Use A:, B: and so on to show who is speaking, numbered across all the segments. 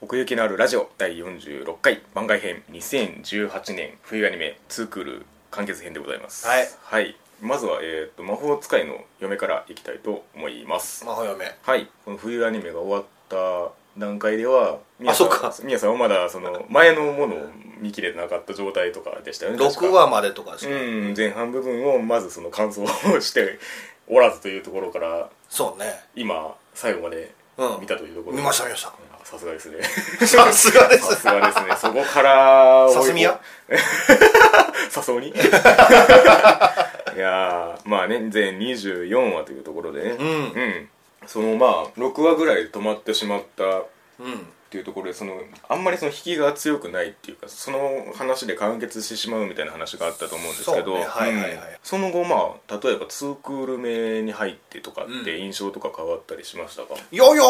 A: 奥行きのあるラジオ第46回番外編2018年冬アニメ「ツークール」完結編でございます
B: はい、
A: まずは、えーと「魔法使いの嫁」からいきたいと思います
B: 魔法嫁
A: はいこの冬アニメが終わった段階では
B: あそっ
A: さ
B: か
A: ん宮さんはまだその前のものを見切れてなかった状態とかでしたよね確か
B: 6話までとかですね、
A: うん前半部分をまずその感想をしておらずというところから
B: そうね
A: 今最後まで
B: うん
A: 見たというところ、
B: 見ました見ました
A: さすがですね
B: さすがで
A: さ
B: す
A: すがです ねそこから
B: さすみや
A: さそう にいやーまあね全24話というところでね
B: うん
A: うんそのまあ6話ぐらいで止まってしまったっ
B: うん
A: ていうところでそのあんまりその引きが強くないっていうかその話で完結してしまうみたいな話があったと思うんですけ
B: そう
A: ど
B: ねはいはいはい
A: うんその後まあ例えばツークール目に入ってとかって印象とか変わったりしましたか、
B: いやいや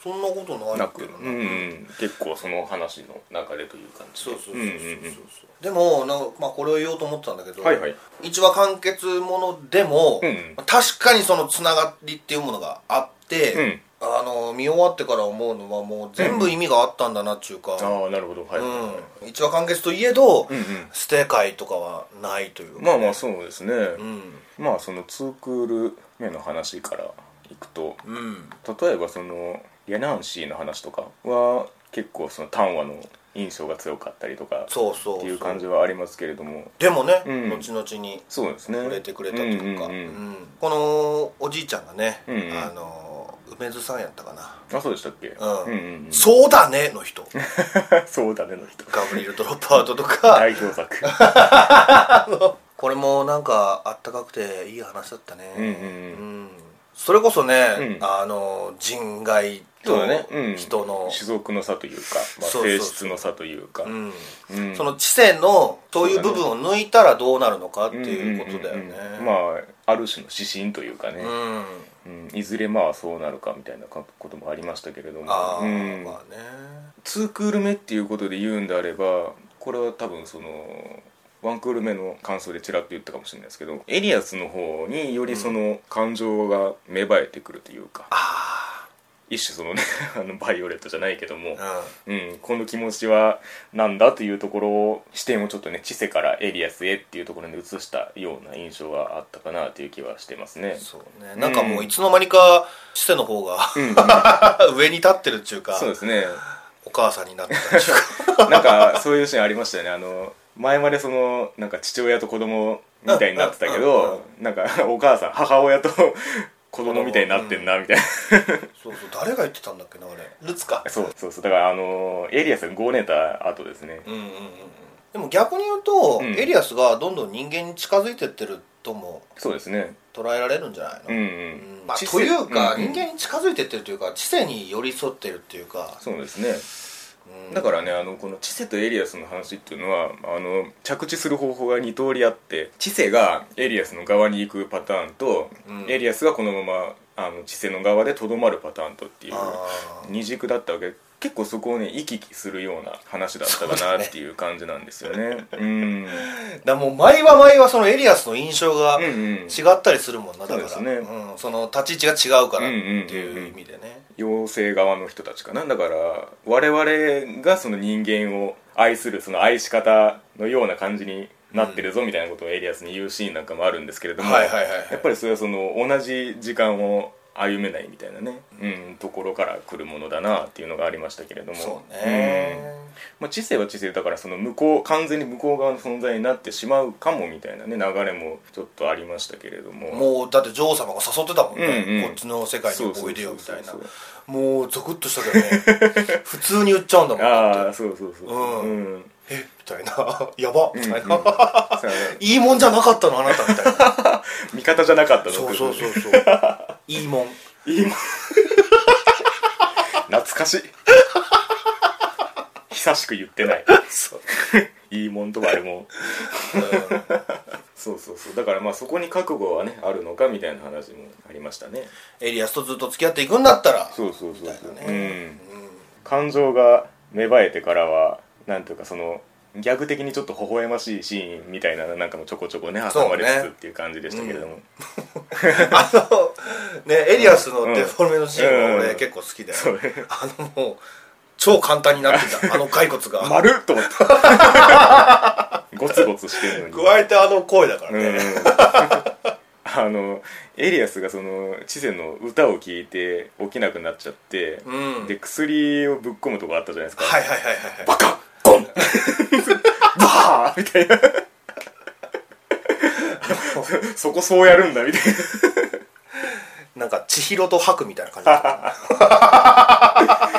B: そんなことな
A: ない
B: け
A: く、
B: ど
A: うんうん、結構その話の流れという感じ
B: そうそうそうそうそ
A: ん
B: う、
A: んん
B: でもなんか、まあ、これを言おうと思ってたんだけど、
A: はいはい
B: 一話完結ものでも、
A: うん
B: 確かにそのつながりっていうものがあって、
A: うん
B: あの見終わってから思うのはもう全部意味があったんだなっていうか、
A: ああなるほどはい、
B: うん一話完結といえど、
A: うんうん
B: 捨て会とかはないという
A: まあまあそうですね、
B: うん
A: まあそのツークール目の話からいくと
B: うん
A: 例えばそのヤナンシーの話とかは結構その単話の印象が強かったりとか
B: そうそう
A: っていう感じはありますけれども
B: でもね、
A: うん
B: 後々に
A: そうですね
B: 触れてくれたというか、
A: うんうんうん
B: うんこのおじいちゃんがね、
A: うんうん
B: あの梅津さんやったかな、
A: あそうでしたっけ、
B: う
A: う
B: ん
A: んうんうん
B: そうだねの人
A: そうだねの人
B: ガブリエル・ドロップアウトとか
A: 代表作
B: これもなんかあったかくていい話だったね
A: うんう
B: うんそれこそね、
A: うん
B: あの人外
A: そ
B: と
A: うだね、うん、
B: 人の
A: 種族の差というか、まあ、
B: そうそうそう
A: 性質の差というか
B: うん
A: うん
B: その知性のそういう部分を抜いたらどうなるのかって
A: うん
B: いうことだよ
A: うん
B: ね
A: うんうんまあある種の指針というかね、
B: うん
A: うんいずれまあそうなるかみたいなこともありましたけれども
B: ああ、
A: うん
B: まあね
A: ツークール目っていうことで言うんであればこれは多分そのワンクール目の感想でちらっと言ったかもしれないですけどエリアスの方によりその感情が芽生えてくるというか、
B: あ
A: 一種そのね あのバイオレットじゃないけども、
B: あ
A: うん、この気持ちはなんだというところを視点をちょっとね知世からエリアスへっていうところに移したような印象があったかなという気はしてますね
B: うん。そうねなんかもういつの間にか知性の方が
A: うん、
B: 上に立ってるっていうか
A: そうですね
B: お母さんになってたっていうか
A: なんかそういうシーンありましたよねあの前までそのなんか父親と子供みたいになってたけ
B: うんうん
A: どなんかお母さん母親と 子供みたいになってんなみたいな、
B: そうそう誰が言ってたんだっけなあれルツか
A: そうそうそうだからあのエリアスが5年た後ですね
B: うんうんうんうんでも逆に言うと、
A: うん
B: エリアスがどんどん人間に近づいてってるとも
A: そうですね
B: 捉えられるんじゃないの、
A: うんう
B: うんんまあ、
A: 知性
B: というか、
A: うんうん
B: 人間に近づいてってるというか知性に寄り添ってるっていうか、
A: そうですね
B: うん
A: だからねあのこの知世とエリアスの話っていうのはあの着地する方法が2通りあって知世がエリアスの側に行くパターンと、
B: うん
A: エリアスがこのままあの知世の側でとどまるパターンとっていう
B: あー
A: 二軸だったわけで結構そこをね行き来するような話だった
B: そう
A: か
B: だ
A: な
B: ね
A: っていう感じなんですよね。うん
B: だからもう毎は毎はそのエリアスの印象が
A: うん
B: 違
A: うん
B: ったりするもんなだから
A: そうですね
B: ん、その立ち位置が違うから
A: う
B: っ
A: ん
B: て
A: うんうんうん
B: いう意味でね、
A: 妖精側の人たちかなだから我々がその人間を愛するその愛し方のような感じになってるぞみたいなことをエリアスに言うシーンなんかもあるんですけれども、
B: はいはいはいはい
A: やっぱりそれはその同じ時間を歩めないみたいなね、うん、ところから来るものだなっていうのがありましたけれども
B: そう
A: うん
B: ね、
A: まあ、知性は知性だからその向こう完全に向こう側の存在になってしまうかもみたいなね流れもちょっとありましたけれども
B: もうだって女王様が誘ってたもんね、
A: うんうん
B: こっちの世界においでよみ
A: そうそうそうそう
B: たいなもうゾクッとしたけどね 普通に言っちゃうんだもんだ
A: あ
B: っ
A: あ
B: て
A: そうそうそう
B: うん
A: うんうん
B: えみたいな やばみ
A: そう
B: た
A: や
B: いな、
A: ね
B: いいもんじゃなかったのあなたみたい な
A: 味方じゃなかったの
B: そうそうそううそういいもん
A: いいもん 懐かしい 久しく言ってない
B: そう
A: いいもんと悪いもんそうそうそうだからまあそこに覚悟はねあるのかみたいな話もありましたね
B: エリアスとずっと付き合っていくんだったら
A: そうそうそうそう、
B: みたいな
A: うん
B: うん
A: 感情が芽生えてからはなんというかそのギャグ的にちょっと微笑ましいシーンみたいななんかもちょこちょこね挟まれつつっていう感じでしたけれども、
B: あのねエリアスのデフォルメのシーンは
A: う
B: 俺
A: ん
B: 結構好きだ
A: そ
B: よ、
A: うね
B: あのもう超簡単になってたあの骸骨 が
A: 丸っと思ってゴ ツゴツしてるのに
B: 加えてあの声だから
A: うん
B: ね、
A: あのエリアスがそのチセの歌を聴いて起きなくなっちゃって、
B: うん
A: で薬をぶっ込むとこあったじゃないですか、
B: はいはいはいはい
A: バカゴンバーみたい なそこそうやるんだみたい
B: なんか千尋と白みたいな感じだっ た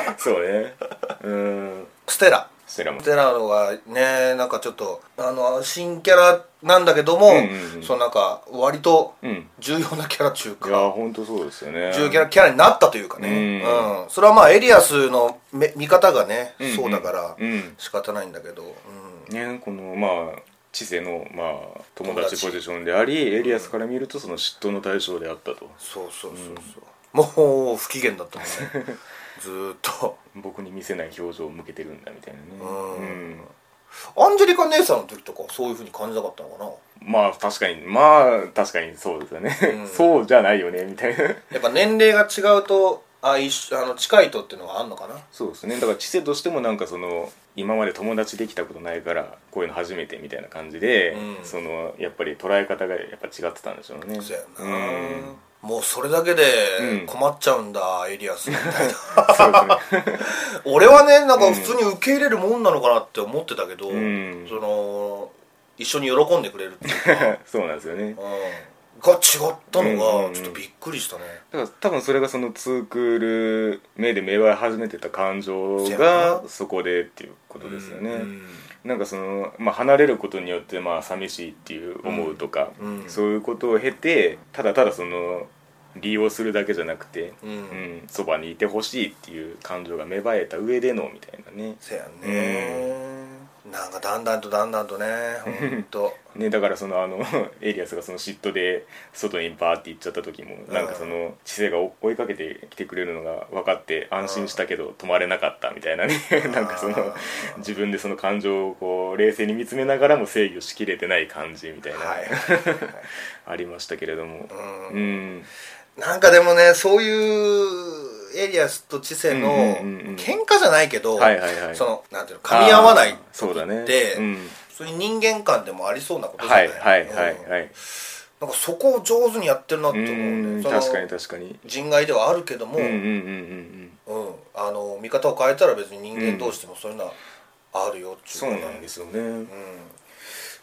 A: なそうねうん
B: ステラ
A: ステラも
B: ステラのがねなんかちょっとあの新キャラなんだけども、
A: んうんうん
B: そのなんか割と
A: うん
B: 重要なキャラ中
A: い
B: か、
A: や本当そうですよね
B: 重要キャラキャラになったというかね、
A: う
B: うんそれはまあエリアスのめ見方がね、
A: んん
B: そうだから
A: うん
B: 仕方ないんだけど、うん
A: ねこのまあ知性のまあ友達ポジションでありエリアスから見るとその嫉妬の対象であったと
B: そうそうそうそう、もう不機嫌だったもん ねずーっと
A: 僕に見せない表情を向けてるんだみたいなね
B: うん
A: うん
B: アンジェリカ姉さんの時とかそういうふうに感じなかったのかな
A: まあ確かにまあ確かにそうですよね、
B: うん
A: そうじゃないよねみたいな
B: やっぱ年齢が違うとあ一緒あの近いとっていうのがあんのかな
A: そうですねだから知性としてもなんかその今まで友達できたことないからこういうの初めてみたいな感じで、
B: うん
A: そのやっぱり捉え方がやっぱ違ってたんでしょうね
B: そうや
A: う
B: な、
A: ん
B: もうそれだけで
A: うん
B: 困っちゃうんだ、エリアスみ たいな
A: そうですね
B: 俺はねなんか普通に受け入れるもんなのかなって思ってたけど、
A: うん
B: その一緒に喜んでくれるっていうか、
A: そうなんですよね
B: うん、が違った
A: うんうん
B: の
A: うん
B: がちょっとびっくりしたね、
A: だから多分それがそのツークール目で芽生え始めてた感情
B: そうや
A: がそこでっていうことですよね、
B: うん
A: なんかその、まあ、離れることによってまあ寂しいっていう思うとか、
B: うん
A: そういうことを経てただただその利用するだけじゃなくて
B: うん
A: うんそば、にいてほしいっていう感情が芽生えた上でのみたいなね
B: せやね、なんかだんだんとだんだんとねほん と
A: ねだからそのあ のエリアスがその嫉妬で外にバーって行っちゃった時もなんかその知性が追いかけてきてくれるのが分かって安心したけど止まれなかったみたいなね なんかその自分でその感情をこう冷静に見つめながらも制御しきれてない感じみたいな、
B: はいはいはい
A: ありましたけれども
B: うん
A: うん
B: なんかでもねそういうエリアスと知性の
A: うんうんうんうん
B: 喧嘩じゃないけど、
A: はいはいはい
B: そのなんていうの噛み合わない
A: あーそうだね
B: で
A: うん
B: そういう人間間でもありそうなことじゃ
A: は
B: ない
A: いはいはい
B: うん
A: はい
B: なんかそこを上手にやってるなっ
A: う
B: て思う
A: ー
B: ね
A: ん
B: その
A: 確かに確かに
B: 人外ではあるけども、
A: う
B: うん
A: うんうん
B: ん
A: うんうん
B: あの見方を変えたら別に人間同士でもそういうのはあるよっていう
A: そうなんですよね
B: うん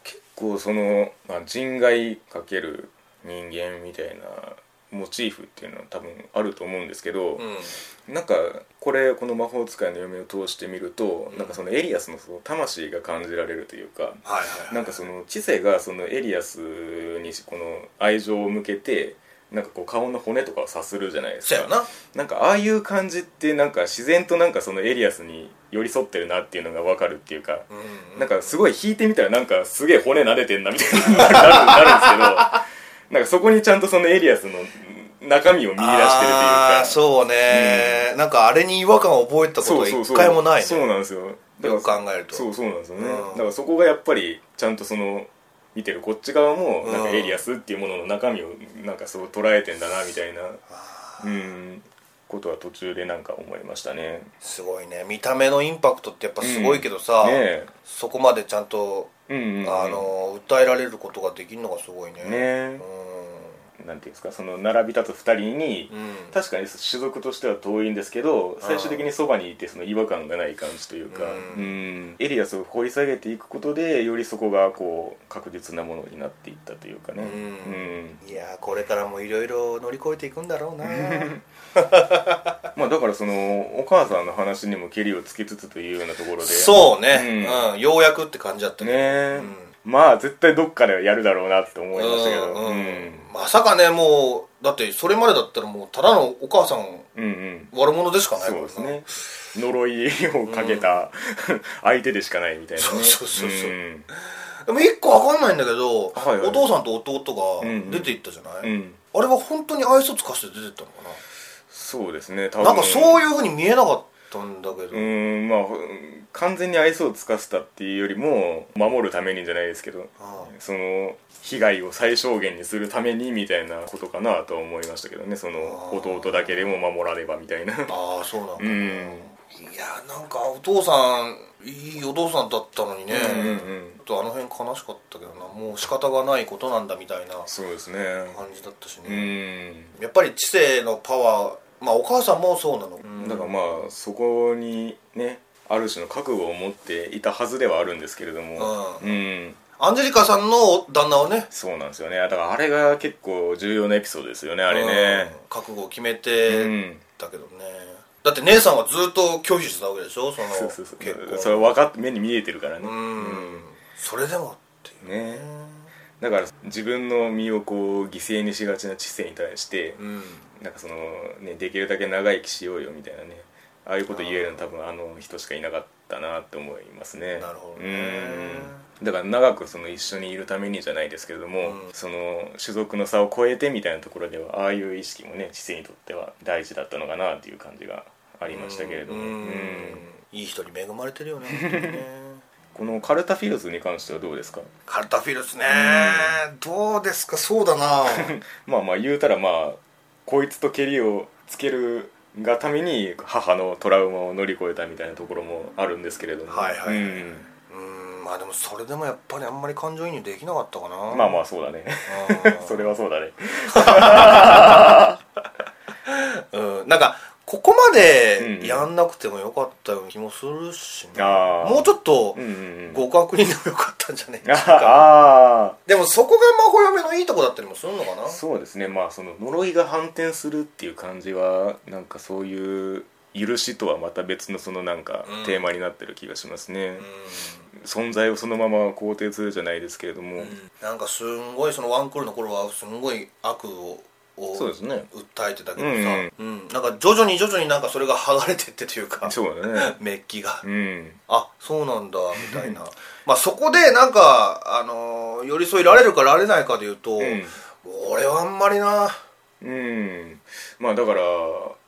A: 結構その、まあ、人外かける人間みたいなモチーフっていうのは多分あると思うんですけど、
B: うん
A: なんかこれこの魔法使いの嫁を通してみると、なんかそのエリアスのその魂が感じられるというか
B: はいはい
A: なんかその知性がそのエリアスにこの愛情を向けてなんかこう顔の骨とかをさするじゃないです
B: そ
A: か
B: うやな
A: なんかああいう感じってなんか自然となんかそのエリアスに寄り添ってるなっていうのがわかるっていうか、
B: うん
A: なんかすごい弾いてみたらなんかすげえ骨撫でてんなみたいになるなるんですけどなんかそこにちゃんとそのエリアスの中身を見出してるという
B: あ
A: か
B: ーそうね、なんかあれに違和感を覚えたことが一回もないね
A: そうなんですよだ
B: よく考
A: から
B: えると
A: そうそうなんですよね、
B: うん
A: だからそこがやっぱりちゃんとその見てるこっち側もなんか
B: うん
A: エリアスっていうものの中身をなんかそう捉えてんだなみたいなうんことは途中でなんか思いましたね
B: すごいね見た目のインパクトってやっぱすごいけどさ、
A: ねえ
B: そこまでちゃんと、
A: うんうんうん
B: あの訴えられることができるのがすごいね
A: ねえなんていうんですかその並び立つ2人に、
B: うん、うん、
A: 確かに種族としては遠いんですけど最終的にそばにいてその違和感がない感じというか、
B: うん
A: うんエリアスを掘り下げていくことでよりそこがこう確実なものになっていったというかね、
B: うん
A: うん
B: いやーこれからもいろいろ乗り越えていくんだろうな
A: まあ、だからそのお母さんの話にもケリをつけつつというようなところで
B: そうね、
A: うん
B: うんようやくって感じだった
A: ね
B: ね
A: え、まあ絶対どっかでやるだろうなって思いましたけど、
B: うん
A: うん
B: まさかねもうだってそれまでだったらもうただのお母さん
A: うんうん
B: 悪者でしかない
A: そう
B: もんな
A: ですね呪いをかけ た相手でしかないみたいなね
B: そうそうそうそうんでも一個わかんないんだけど、
A: はいはい
B: お父さんと弟
A: うんうん
B: が出て行ったじゃない、
A: うん
B: あれは本当に愛想つかして出てったのか
A: そうですね多
B: な
A: 分
B: なんかそういうふうに見えなかったんだけど、
A: うーんまあうん完全に愛想を尽かせたっていうよりも守るためにじゃないですけど
B: あ
A: その被害を最小限にするためにみたいなことかなとは思いましたけどねその
B: あ ー
A: 弟だけでも守らねばみたいな
B: あああそうなんだ、
A: うん
B: いやなんかお父さんいいお父さんだったのにね、
A: うんうんうん
B: ちょっとあの辺悲しかったけどなもう仕方がないことなんだみたいな
A: そうですね
B: 感じだったし
A: う
B: ね、
A: ん
B: やっぱり知性のパワーまあお母さんもそうなの、
A: だからまあそこにねある種の覚悟を持っていたはずではあるんですけれども
B: う
A: うん
B: アンジェリカさんの旦那はね
A: そうなんですよねだからあれが結構重要なエピソードですよねあれね
B: うん覚悟を決め
A: う
B: て
A: ん
B: だけどね、だって姉さんはずっと拒否してたわけでしょその
A: そうそうそう
B: 結婚
A: それ分かって目に見えてるからね
B: うん、それでもっていう
A: ねだから自分の身をこう犠牲にしがちな知性に対して
B: うん
A: なんかそのねできるだけ長生きしようよみたいなねああいうこと言えるの多分あの人しかいなかったなって思いますね
B: なるほどね
A: うんだから長くその一緒にいるためにじゃないですけれども、
B: うん
A: その種族の差を超えてみたいなところではああいう意識もね知性にとっては大事だったのかなっていう感じがありましたけれども、
B: うん
A: うん
B: いい人に恵まれてる よね本当にね
A: このカルタフィールズに関してはどうですか
B: カルタフィルスね、どうですかそうだな
A: まあまあ言うたらまあこいつとケリをつけるがために母のトラウマを乗り越えたみたいなところもあるんですけれども
B: はいはいはい
A: うん
B: うんまあでもそれでもやっぱりあんまり感情移入できなかったかな
A: まあまあそうだねそれはそうだね
B: うん、うん、なんかここま
A: う
B: で
A: ん
B: やんなくてもよかったような気もするしね、
A: ああ
B: もうちょっと
A: うんうんうん
B: 互角にでもよかったんじゃねえ
A: あ
B: か
A: あ
B: でもそこが真帆嫁のいいとこだったりもするのかな
A: そうですねまあその呪いが反転するっていう感じはなんかそういう許しとはまた別のそのなんか
B: うん
A: テーマになってる気がしますね
B: うん、
A: 存在をそのまま肯定するじゃないですけれども、
B: なんかすんごいそのワンクールの頃はすんごい悪をを
A: そうですね
B: 訴えてたけどさ、うんなんか徐々に徐々になんかそれが剥がれてってというか
A: そうだね
B: メッキが、
A: うん
B: あそうなんだみたいなまあそこでなんか、あのー寄り添いられるかられないかでいう
A: ん
B: と、俺はあんまりな
A: うんまあだから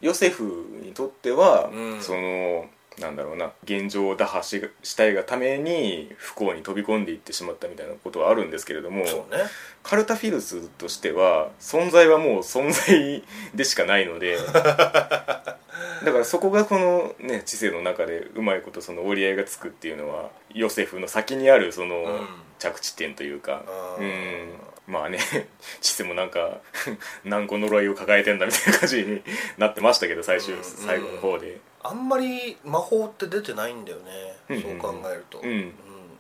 A: ヨセフにとっては、
B: うん
A: そのなんだろうな現状を打破ししたいがために不幸に飛び込んでいってしまったみたいなことはあるんですけれども
B: そうね
A: カルタフィルスとしては存在はもう存在でしかないの でだからそこがこの、ね、知性の中でうまいことその折り合いがつくっていうのはヨセフの先にあるその
B: ん
A: 着地点というか、
B: あ
A: う
B: ー
A: んまあね 知性もなんか 何個呪いを抱えてんだみたいな感じになってましたけど最終、
B: うん
A: 最後の方で。
B: あんまり魔法って出てないんだよね、
A: うん
B: そう考えると、
A: うん
B: うん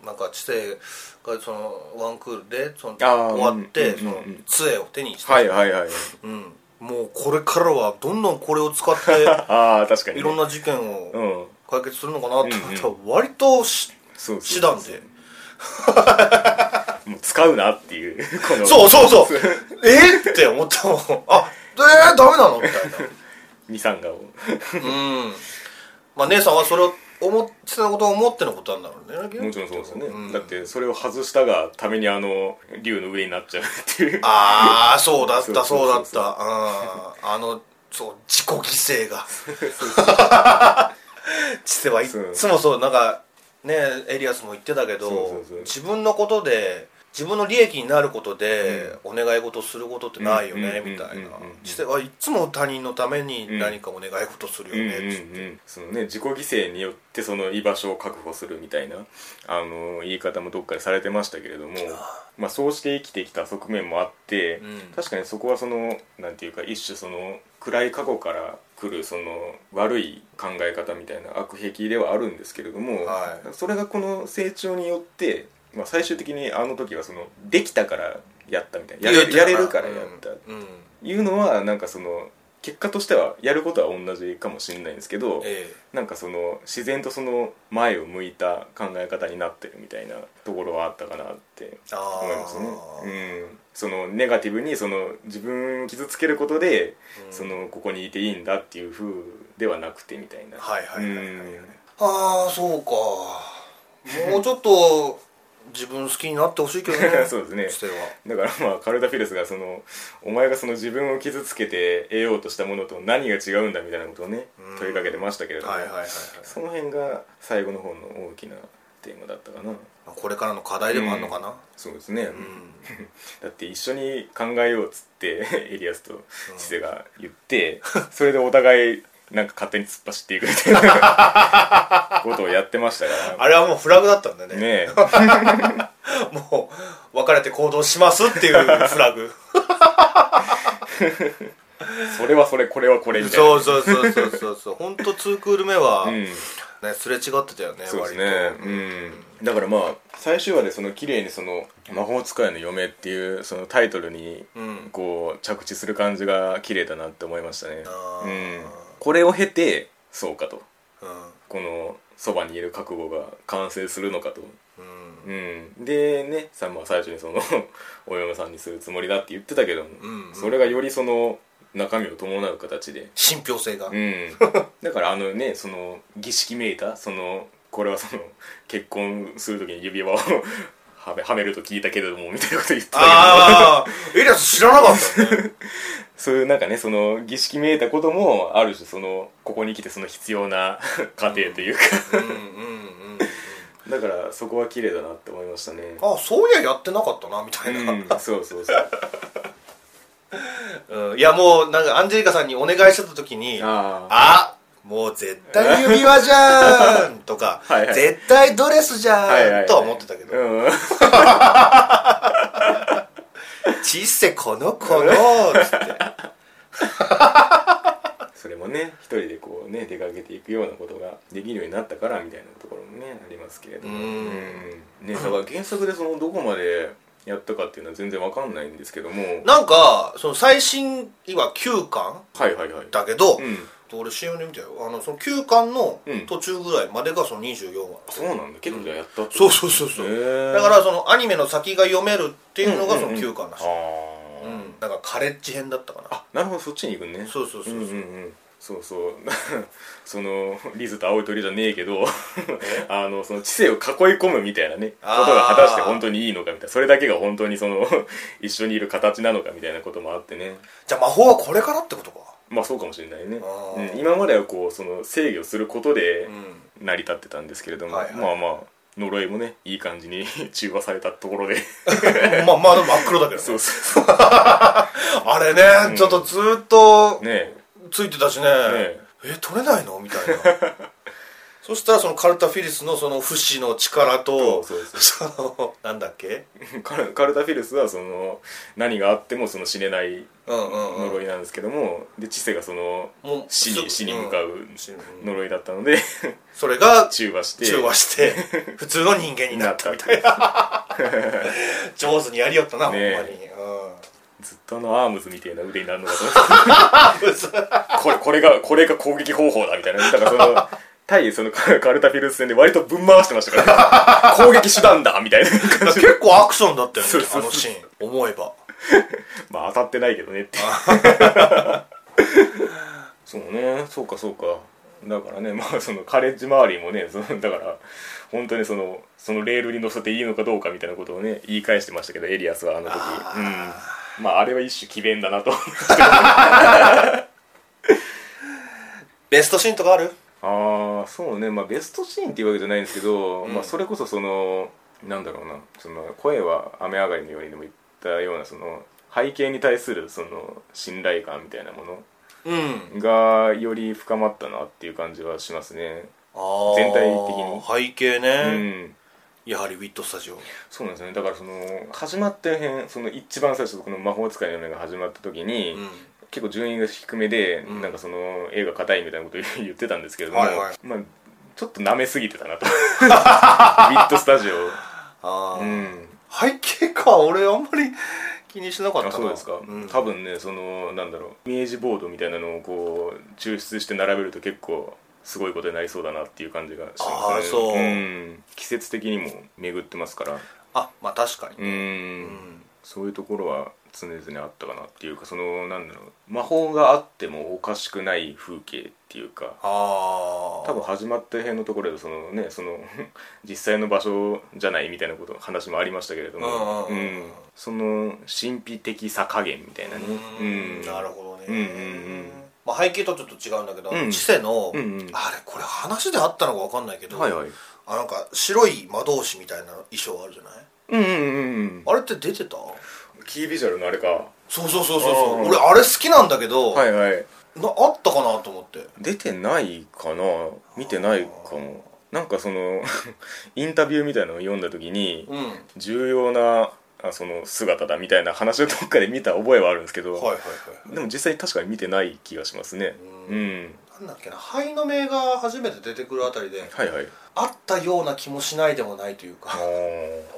B: なんか知性がそのワンクールでその
A: あー
B: 終わって、
A: うん
B: その
A: うんうん
B: 杖を手にして、
A: はいはいはい
B: うん、もうこれからはどんどんこれを使っ
A: ああ確か
B: て
A: に
B: い
A: ね、
B: ろんな事件
A: う
B: を
A: ん
B: 解決するのかなと思ったら割とし
A: そうそう
B: 手段で
A: もう使うなっていうこの
B: そうそ うそうえーって思ったもんあえー、ダメなのみたいな
A: ミサンガを
B: うんまあ姉さんはそれを思ってたことを思ってのことなんだろうね
A: もちろんそうですよね、
B: ん
A: だってそれを外したがためにあの竜の上になっちゃうっていう
B: ああそうだっ
A: そう
B: た
A: そう
B: そうだ
A: そう
B: っ
A: そう
B: たうんあのそう自己犠牲が 知性はいっつもそうなんかねエリアスも言ってたけど
A: そうそうそう
B: 自分のことで自分の利益になることで、お願い事することってないよね、
A: うんうん
B: みたい
A: うん
B: な
A: うんうん
B: 知性はいっつも他人のために何かお願い事するよ
A: うんうん
B: ね、つ
A: うん、そのね自己犠牲によってその居場所を確保するみたいなあの言い方もどっかでされてましたけれども、まあ、そうして生きてきた側面もあって、
B: うん
A: 確かにそこはそのなんていうか一種その暗い過去から来るその悪い考え方みたいな悪癖ではあるんですけれども、
B: はい
A: それがこの成長によって、まあ、最終的にあの時はそのできたからやったみたいなやれやれるからやった、
B: うんうん
A: いうのはなんかその結果としてはやることは同じかもしれないんですけど
B: え
A: なんかその自然とその前を向いた考え方になってるみたいなところはあったかなって
B: えあ
A: 思いますね
B: あ、、
A: うん、そのネガティブにその自分を傷つけることで、
B: うん
A: そのここにいていいんだっていう風ではなくてみたいな
B: はいはいはいはいはい
A: うん
B: ああそうかもうちょっと自分好きになってほしいけどね
A: そうですね
B: つては
A: だからまあカルタフィルスがそのお前がその自分を傷つけて得ようとしたものと何が違うんだみたいなことをね
B: うん
A: 問いかけてましたけれども、
B: はいはいはいはい
A: その辺が最後の方の大きなテーマだったかな
B: まあこれからの課題でもあるのかな
A: そうですね、
B: うん、
A: だって一緒 に考えようっつってエリアスと知世が言って、それでお互いなんか勝手に突っ走っていくみたいな ことをやってましたか
B: あれはもうフラグだったんだ
A: ら
B: ね
A: ねえ
B: もう別れて行動しますっ ていうフラグ
A: それはそれこれはこれみたいな
B: そうそうそうそうそうそう本当ツークール目は、
A: ん
B: ねすれ違ってたよね
A: そうですね
B: 割と、
A: うん、だからまあ最終話でその綺麗にその「魔法使いの嫁」っていうそのタイトルに
B: うん
A: こう着地する感じが綺麗だなって思いましたね
B: あ、
A: う
B: ー
A: ん、これを経てそうかと
B: うん
A: このそばにいる覚悟が完成するのかと、
B: うん
A: うん、でねさ、まあ、最初にその お嫁さんにするつもりだって言ってたけども、
B: うんうん
A: それがよりその中身を伴う形で
B: 信憑性が、
A: うん、だからあのねその儀式めいたそのこれはその結婚する時に指輪を はめはめると聞いたけれどもみたいなこと言ってたけど
B: ああエリアス知らなかったよね
A: そういうなんかねその儀式めいたこともある種そのここに来てその必要 な過程というか
B: うんうんうん
A: だからそこは綺麗だなって思いましたね
B: あそういややってなかったなみた
A: う
B: いな、
A: んそう そうそう
B: うんいやもうなんかアンジェリカさんにお願いしてた時に
A: ああ
B: あもう絶対指輪じ ゃんとか
A: はいはい
B: 絶対ドレスじゃんとは思ってたけど
A: うん
B: 「ちっせこのこの」つって
A: それもね一人でこうね出かけていくようなことができるようになったからみたいなところもねありますけれども
B: うん
A: うんねだから原作でそのどこまでやったかっていうのは全然わかんないんですけども
B: なんかその最新今9巻
A: はいはいはい
B: だけど、
A: うん
B: 俺 CM で見たよあのその9巻の
A: うん
B: 途中ぐらいまでがその24話、
A: そうなんだ結構じゃあやった
B: そうそうそうそう、だ
A: だ
B: からそのアニメの先が読めるっていうのが
A: う
B: その
A: んうんうん
B: 9巻だし、
A: あ
B: うん
A: ー
B: なんかカレッジ編だったかな
A: あなるほどそっちに行くね
B: そうそうそうそう
A: うんうんうんそうそう そのリズと青い鳥じゃねえけど あのその知性を囲い込むみたいなねこと
B: あー
A: が果たして本当にいいのかみたいなそれだけが本当にその 一緒にいる形なのかみたいなこともあってね
B: じゃあ魔法はこれからってことか
A: まあそうかもしれないね
B: あ、ー
A: うん今まではこうその制御することで
B: うん
A: 成り立ってたんですけれども、
B: はいはい
A: まあまあ呪いもねいい感じに 中和されたところで
B: まあまあでも真っ黒だけど
A: そ
B: ね
A: うそうそ
B: あれね、
A: うん
B: ちょっとずっと
A: うね
B: ついてたしね
A: え
B: え取れないのみたいな そしたらそのカルタフィリスのその不死の力と
A: そうそう
B: そのなんだっけ
A: カルカルタフィルスはその何があってもその死ねない
B: うんうんう
A: 呪
B: ん
A: いなんですけども、で知性がその
B: もう
A: 死に死に向かう
B: 死にうん
A: 呪いだったので
B: それが
A: 中和して
B: 中 和して普通の人間になったみたいな上手にやりよったな、
A: ね
B: ほんまに、うん
A: ずっとあのアームズみたいな腕になるのかと思ってこれこれがこれが攻撃方法だみたいなだからその対そのカカルタフィルス戦で割とぶん回してましたから、ね、攻撃手段だみたいな感じで
B: 結構アクションだったよね
A: そうそうそう
B: あのシーン思えば
A: まあ当たってないけどねって そうねそうかそうかだからねまあそのカレッジ周りもねそのだから本当にそのそのレールに乗せていいのかどうかみたいなことをね言い返してましたけどエリアスはあの時うんまああれは一種奇弁だなと
B: ベストシーンとかある
A: ああそうねまあベストシーンっていうわけじゃないんですけど、
B: うん
A: まあそれこそそのなんだろうなその声は雨上がりのようにでも言ったようなその背景に対するその信頼感みたいなもの
B: うん
A: がより深まったなっていう感じはしますね。
B: あー
A: 全体
B: 背景
A: う
B: ね、
A: ん、
B: やはりウィットスタジオ
A: そうなんですよねだからその始まった辺その一番最初この「魔法使いの夢」が始まった時に、
B: うん
A: 結構順位が低めで、
B: ん
A: なんかその映画硬いみたいなことを言ってたんですけれども、
B: はいはい
A: まあ、ちょっと舐めすぎてた なとビットスタジオ、
B: あー、
A: うん、
B: 背景か俺あんまり気にしなかった
A: あ
B: な
A: そうですか、
B: ん
A: 多分ねそのなんだろうイメージボードみたいなのをこう抽出して並べると結構すごいことになりそうだなっていう感じがしますね、
B: あーそうん
A: 季節的にも巡ってますから
B: あまあ確かに、
A: うんそういうところは常々あったかなっていうかそのなんだろう魔法があってもおかしくない風景っていうか
B: ああ
A: 多分始まった辺のところでそのねその 実際の場所じゃないみたいなこと話もありましたけれども、
B: うんうんうん
A: うんその神秘的さ加減みたいなね
B: う
A: うんん
B: なるほどね、
A: うんうんうん
B: まあ、背景とちょっと違うんだけど、
A: うん
B: 知世の、
A: うんうん
B: あれこれ話であったのか分かんないけど、
A: はいはい
B: あなんか白い魔導士みたいな衣装あるじゃない
A: うんうんうんうん
B: あれって出てた
A: キービジュアルのあれか
B: そうそうそうそうそう
A: あー
B: 俺あれ好きなんだけど、
A: はいはい
B: なあったかなと思って
A: 出てないかな見てないかもなんかその インタビューみたいなのを読んだ時に
B: うんはい
A: 重要なあその姿だみたいな話をどっかで見た覚えはあるんですけど、
B: はいはい
A: でも実際に確かに見てない気がしますね
B: う
A: うんん、
B: なんだっけな灰の銘が初めて出てくるあたりで
A: はいはい
B: あったような気もしないでもないというか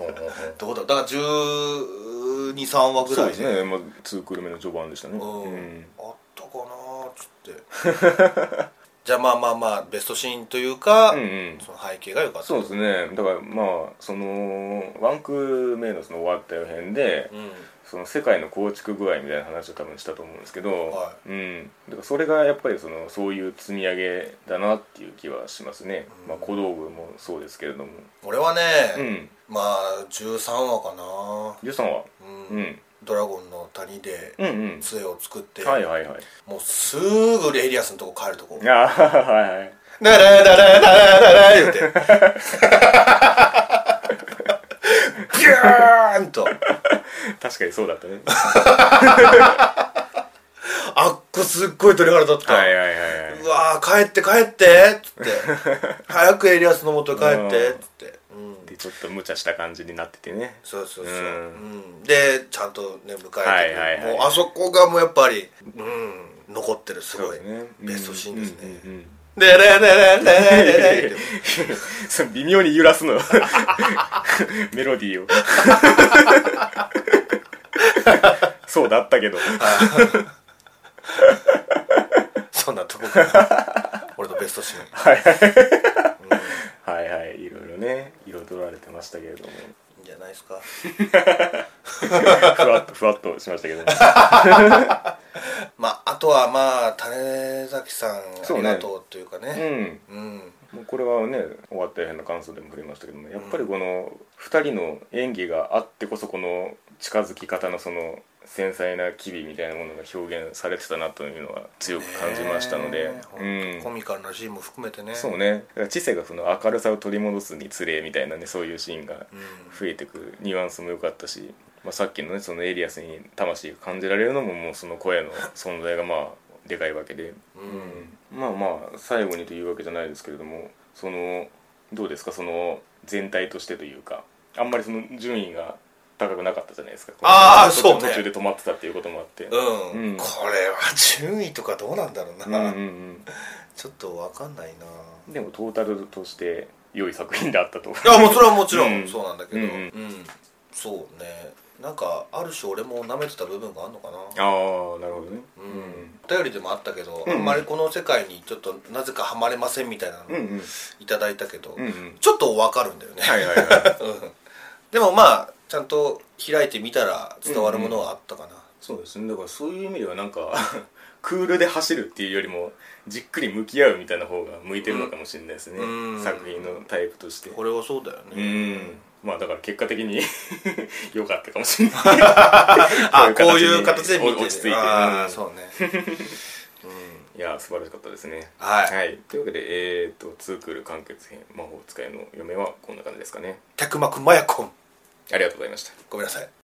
B: どうだろうだから123話ぐ
A: そう
B: ら
A: で
B: い
A: すね、まあ、2クール目の序盤でしたね
B: うん
A: うん
B: あったかなっつって じゃあまあまあまあベストシーンというか、
A: うんうん
B: その背景が良かった
A: そうですねだからまあそのワンクール目のその終わったよ編で、
B: う
A: その世界の構築具合みたいな話を多分したと思うんですけど、
B: は
A: うん、だからそれがやっぱりそのそういう積み上げだなっていう気はしますね、
B: うん
A: まあ、小道具もそうですけれども
B: ん、俺はね、
A: うん
B: まあ13話かな
A: ゆうさんは、
B: う、
A: うんん、
B: ドラゴンの谷で
A: うんうん
B: 杖を作って、
A: はいはいはい
B: もうすぐレイリアスのとこ帰るとこ
A: あーはいはい
B: ダラダラダラダラ言うてビューンと
A: 確かにそうだ ったね
B: あっこすっごい鳥肌立った、
A: はいはいはいはいう
B: わー帰って帰ってっつって早くエリアスの元へ帰ってっつって、うん、
A: でちょっと無茶した感じになっててね
B: そうそうそう、う
A: うん
B: でちゃんとね迎えてくる、
A: はいはいはい
B: もうあそこがもうやっぱり、うん、残ってるす
A: そう
B: ごい
A: ですね
B: ベストシーンですね、
A: うんうん うん
B: でれれれれれれれ
A: その微妙に揺らすのよ メロディーを そうだったけど
B: そんなとこかな俺のベストシーン
A: はいはいいろいろね彩られてましたけれども
B: いいんじゃないですか
A: ふわっとふわっとしましたけども
B: まああとはまあ種崎さんあ
A: そう
B: り
A: ね
B: がとうというか
A: う
B: ね
A: ん
B: うん
A: もうこれはね終わったような感想でも触れましたけどもやっぱりこの2人の演技があってこそこの近づき方のその繊細な機微みたいなものが表現されてたなというのは強く感じましたので、
B: ね
A: うん
B: コミカルなシーンも含めてね
A: そうねだから知性がその明るさを取り戻すにつれみたいなねそういうシーンが増えてくるニュアンスも良かったし、まあ、さっきのねそのエリアスに魂が感じられるのももうその声の存在がまあでかいわけで、うんまあまあ最後にというわけじゃないですけれどもそのどうですかその全体としてというかあんまりその順位が高くなかったじゃないですか
B: あー
A: この
B: そうね
A: 途中で止まってたっていうこともあって
B: うん、
A: うん
B: これは順位とかどうなんだろう
A: うんう
B: な、
A: ん
B: ちょっとわかんないな
A: うん、でもトータルとして良い作品であったと
B: いやもちろんもちろ
A: うんん
B: そうなんだけどう、
A: うんん
B: そうねなんかある種俺も舐めてた部分があるのかな
A: ああなるほどね
B: うん、お便りでもあったけど、
A: うん
B: あんまりこの世界にちょっとなぜかハマれませんみたいな
A: うんう
B: の
A: ん
B: いただいたけど、
A: うんうん
B: ちょっとわかるんだよね、
A: はいはいはい
B: うんでもまあちゃんと開いてみたら伝わるものはあったかな、
A: そうですねだからそういう意味ではなんかクールで走るっていうよりもじっくり向き合うみたいな方が向いてるのかもしれないですね、
B: うん
A: 作品のタイプとして
B: これはそうだよ
A: う
B: ね、
A: んまあだから結果的に 良かったかもしれない
B: あこ
A: こ
B: う
A: うい
B: いう
A: う
B: 形
A: 形
B: で
A: で
B: 見て
A: 落ち着いてる
B: あ
A: う
B: あ
A: ん
B: そうね
A: いやー素晴らしかったですね
B: はい
A: というわけでえー、っと「ツークール完結編魔法使いの嫁」はこんな感じですかね
B: たくまくまやこん
A: ありがとうございました
B: ごめんなさい